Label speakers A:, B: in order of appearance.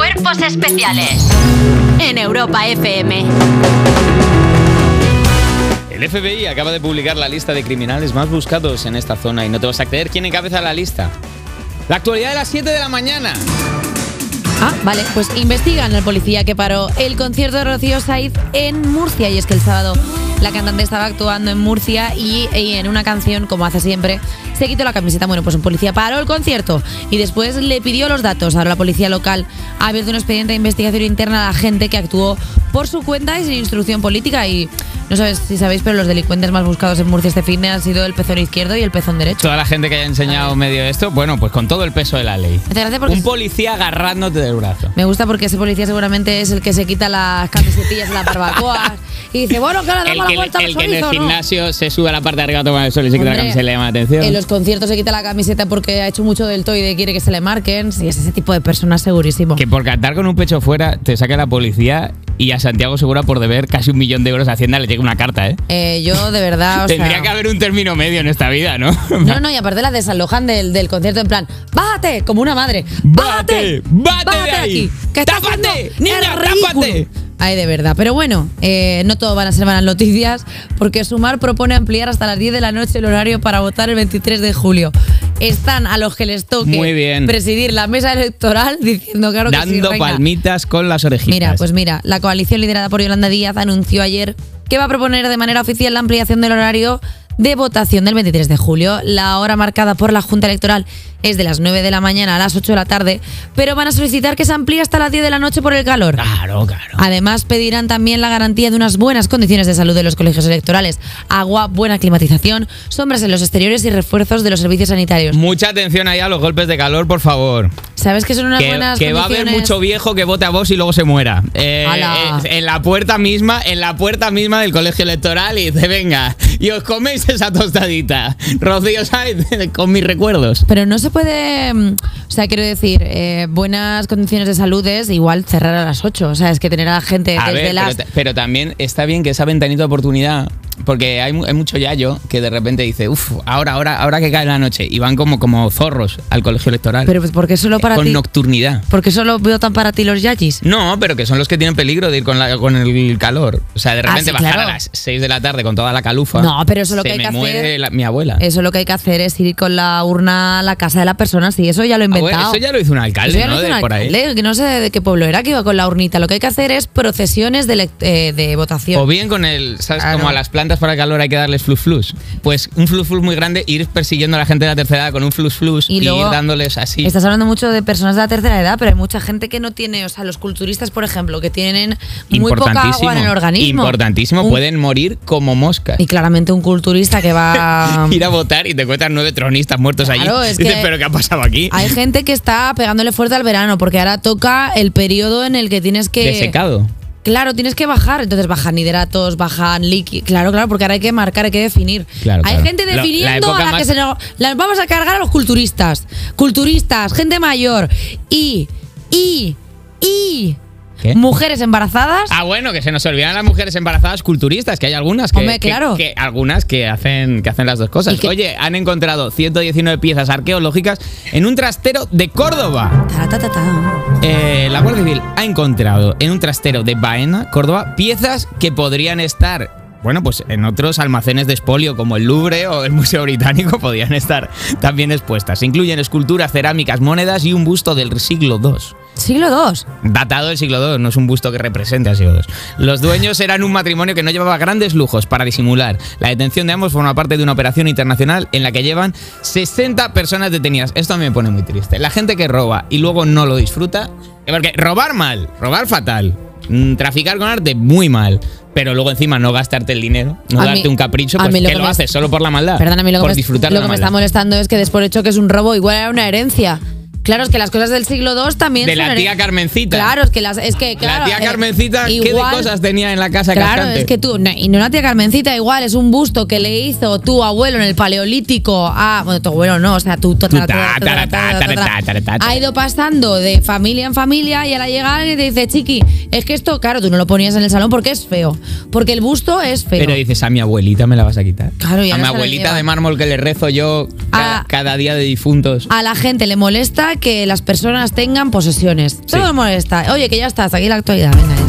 A: Cuerpos especiales en Europa FM.
B: El FBI acaba de publicar la lista de criminales más buscados en esta zona y no te vas a creer quién encabeza la lista. La actualidad de las 7 de la mañana.
C: Ah, vale, pues investigan al policía que paró el concierto de Rocío Saiz en Murcia. Y es que el sábado la cantante estaba actuando en Murcia y, y en una canción, como hace siempre, se quitó la camiseta. Bueno, pues un policía paró el concierto y después le pidió los datos. Ahora la policía local ha abierto un expediente de investigación interna a la gente que actuó por su cuenta y sin instrucción política. Y no sabes si sabéis, pero los delincuentes más buscados en Murcia este fin de han sido el pezón izquierdo y el pezón derecho.
B: Toda la gente que haya enseñado medio de esto, bueno, pues con todo el peso de la ley.
C: Me hace gracia porque
B: Un policía agarrándote del brazo.
C: Me gusta porque ese policía seguramente es el que se quita las camisetillas de las barbacoas y dice, bueno, que ahora
B: El
C: damos
B: que,
C: la vuelta al
B: el que en el
C: chorizo, ¿no?
B: gimnasio se sube a la parte de arriba a tomar el sol y se quita la
C: Hombre,
B: camiseta y le llama la atención.
C: En los conciertos se quita la camiseta porque ha hecho mucho deltoide y quiere que se le marquen. Sí, es ese tipo de personas segurísimo.
B: Que por cantar con un pecho fuera te saca la policía y a Santiago Segura por deber casi un millón de euros a Hacienda le llega una carta, ¿eh?
C: Eh, yo, de verdad, o
B: Tendría
C: sea...
B: que haber un término medio en esta vida, ¿no?
C: No, no, y aparte la desalojan del, del concierto en plan, bájate, como una madre,
B: Bájate,
C: bájate,
B: bájate de ahí.
C: aquí, que está
B: Tápate,
C: haciendo
B: niña,
C: el ridículo".
B: tápate.
C: Ay, de verdad. Pero bueno, eh, no todo van a ser malas noticias, porque Sumar propone ampliar hasta las 10 de la noche el horario para votar el 23 de julio. Están a los que les toque
B: Muy bien.
C: presidir la mesa electoral diciendo, claro que sí,
B: Dando
C: reina.
B: palmitas con las orejitas.
C: Mira, pues mira, la coalición liderada por Yolanda Díaz anunció ayer que va a proponer de manera oficial la ampliación del horario de votación del 23 de julio. La hora marcada por la Junta Electoral es de las 9 de la mañana a las 8 de la tarde, pero van a solicitar que se amplíe hasta las 10 de la noche por el
B: Ah,
C: calor.
B: Claro, claro.
C: Además, pedirán también la garantía de unas buenas condiciones de salud de los colegios electorales, agua, buena climatización, sombras en los exteriores y refuerzos de los servicios sanitarios.
B: Mucha atención ahí a los golpes de calor, por favor.
C: ¿Sabes que son unas
B: que,
C: buenas
B: que va a
C: condiciones?
B: haber mucho viejo que vote a vos y luego se muera. Eh,
C: Ala.
B: eh, en la puerta misma, en la puerta misma del colegio electoral y dice, venga, y os coméis esa tostadita. Rocío Sáenz, con mis recuerdos.
C: Pero no se puede, mm, o sea, quiero decir, eh, buenas condiciones de salud es igual cerrar a las 8, o sea, es que tener a la gente
B: A
C: Eh, desde
B: ver,
C: las...
B: pero, ta- pero también está bien que esa ventanita de oportunidad, porque hay, mu- hay mucho yayo que de repente dice, uff, ahora, ahora, ahora que cae la noche, y van como, como zorros al colegio electoral.
C: Pero, pues, ¿por qué solo para
B: con
C: ti?
B: nocturnidad.
C: ¿Por qué solo votan para ti los yachis?
B: No, pero que son los que tienen peligro de ir con, la- con el calor. O sea, de
C: Ah,
B: repente
C: sí,
B: bajar
C: claro.
B: a las 6 de la tarde con toda la calufa.
C: No, pero eso lo
B: se
C: que hay
B: me
C: que hacer-
B: muere la- mi abuela.
C: Eso lo que hay que hacer es ir con la urna a la casa de la persona, sí, eso ya lo he
B: Ah, bueno,
C: inventado.
B: eso ya lo hizo un alcalde,
C: Eso ya
B: ¿no?
C: lo hizo
B: De
C: un
B: por ahí.
C: alcalde, ¿eh? que no sé de qué pueblo era que iba con la urnita. Lo que hay que hacer es procesiones de, elec- eh, de votación.
B: O bien con el, ¿sabes?
C: Claro.
B: Como a las plantas para calor hay que darles flus flus. Pues un flus flus muy grande, ir persiguiendo a la gente de la tercera edad con un flus flus y,
C: Y luego-
B: ir dándoles así.
C: Estás hablando mucho de personas de la tercera edad, pero hay mucha gente que no tiene, o sea, los culturistas, por ejemplo, que tienen muy poca agua en el organismo.
B: Importantísimo,
C: Un-
B: pueden morir como moscas.
C: Y claramente un culturista que va...
B: Ir a votar y te cuentan nueve tronistas muertos
C: Claro,
B: allí.
C: es
B: Dices,
C: que-
B: ¿pero qué ha pasado aquí?
C: Hay gente que está pegándole fuerte al verano porque ahora toca el periodo en el que tienes que...
B: De secado.
C: Claro, tienes que bajar. Entonces bajan hidratos, bajan líquidos. Claro, claro, porque ahora hay que marcar, hay que definir.
B: Claro,
C: hay
B: claro.
C: gente
B: Lo- la
C: definiendo
B: época
C: a la
B: más-
C: que se nos. Las vamos a cargar a los culturistas. Culturistas, gente mayor y. y. y.
B: ¿Qué?
C: mujeres embarazadas.
B: Ah, bueno, que se nos olvidan las mujeres embarazadas culturistas, que hay algunas que,
C: Hombre,
B: que-
C: claro.
B: que, algunas que hacen que hacen las dos
C: Y
B: cosas.
C: que-
B: Oye, han encontrado 119 piezas arqueológicas en un trastero de Córdoba.
C: Taratatata.
B: Eh, la Guardia Civil ha encontrado en un trastero de Baena, Córdoba, piezas que podrían estar bueno, pues en otros almacenes de espolio como el Louvre o el Museo Británico podrían estar también expuestas. Incluyen esculturas, cerámicas, monedas y un busto del siglo II.
C: Siglo II.
B: Datado del siglo II, no es un busto que represente al siglo II. Los dueños eran un matrimonio que no llevaba grandes lujos para disimular. La detención de ambos forma parte de una operación internacional en la que llevan 60 personas detenidas. Esto a mí me pone muy triste. La gente que roba y luego no lo disfruta. Porque robar mal, robar fatal. mm, Traficar con arte muy mal. Pero luego encima no gastarte el dinero, no
C: A mí-
B: darte un capricho,
C: a
B: pues,
C: mí lo
B: ¿qué
C: que
B: lo
C: me-
B: haces? Solo por la maldad.
C: Perdona, a mí lo que,
B: Ah, por
C: me,
B: disfrutar
C: lo
B: la
C: que me
B: maldad.
C: está molestando es que des por hecho que es un robo, igual era una herencia. Claro, es que las cosas del siglo II también
B: De
C: son
B: la
C: heren-
B: tía Carmencita.
C: Claro, es que las. Es que, claro,
B: la tía
C: eh,
B: Carmencita, ¿qué de
C: igual-
B: cosas tenía en la casa
C: Claro,
B: Cascante?
C: es que tú, no, y no la tía Carmencita, igual es un busto que le hizo tu abuelo en el paleolítico a. Bueno, tu abuelo no, o sea, tú.
B: ta, tara, ta, tara, ta, tara, ta,
C: Ha ido pasando de familia en familia y ahora llega alguien y te dice, chiqui, es que esto, claro, tú no lo ponías en el salón porque es feo. Porque el busto es feo.
B: Pero dices, a mi abuelita me la vas a quitar.
C: Claro, y
B: a
C: ahora
B: mi
C: se la
B: abuelita
C: lleva.
B: de mármol que le rezo yo cada,
C: Ah.
B: cada día de difuntos.
C: a la gente le molesta molesta que las personas tengan posesiones. Todo nos molesta. Oye, que ya pues está, hasta aquí la actualidad. Venga, ya.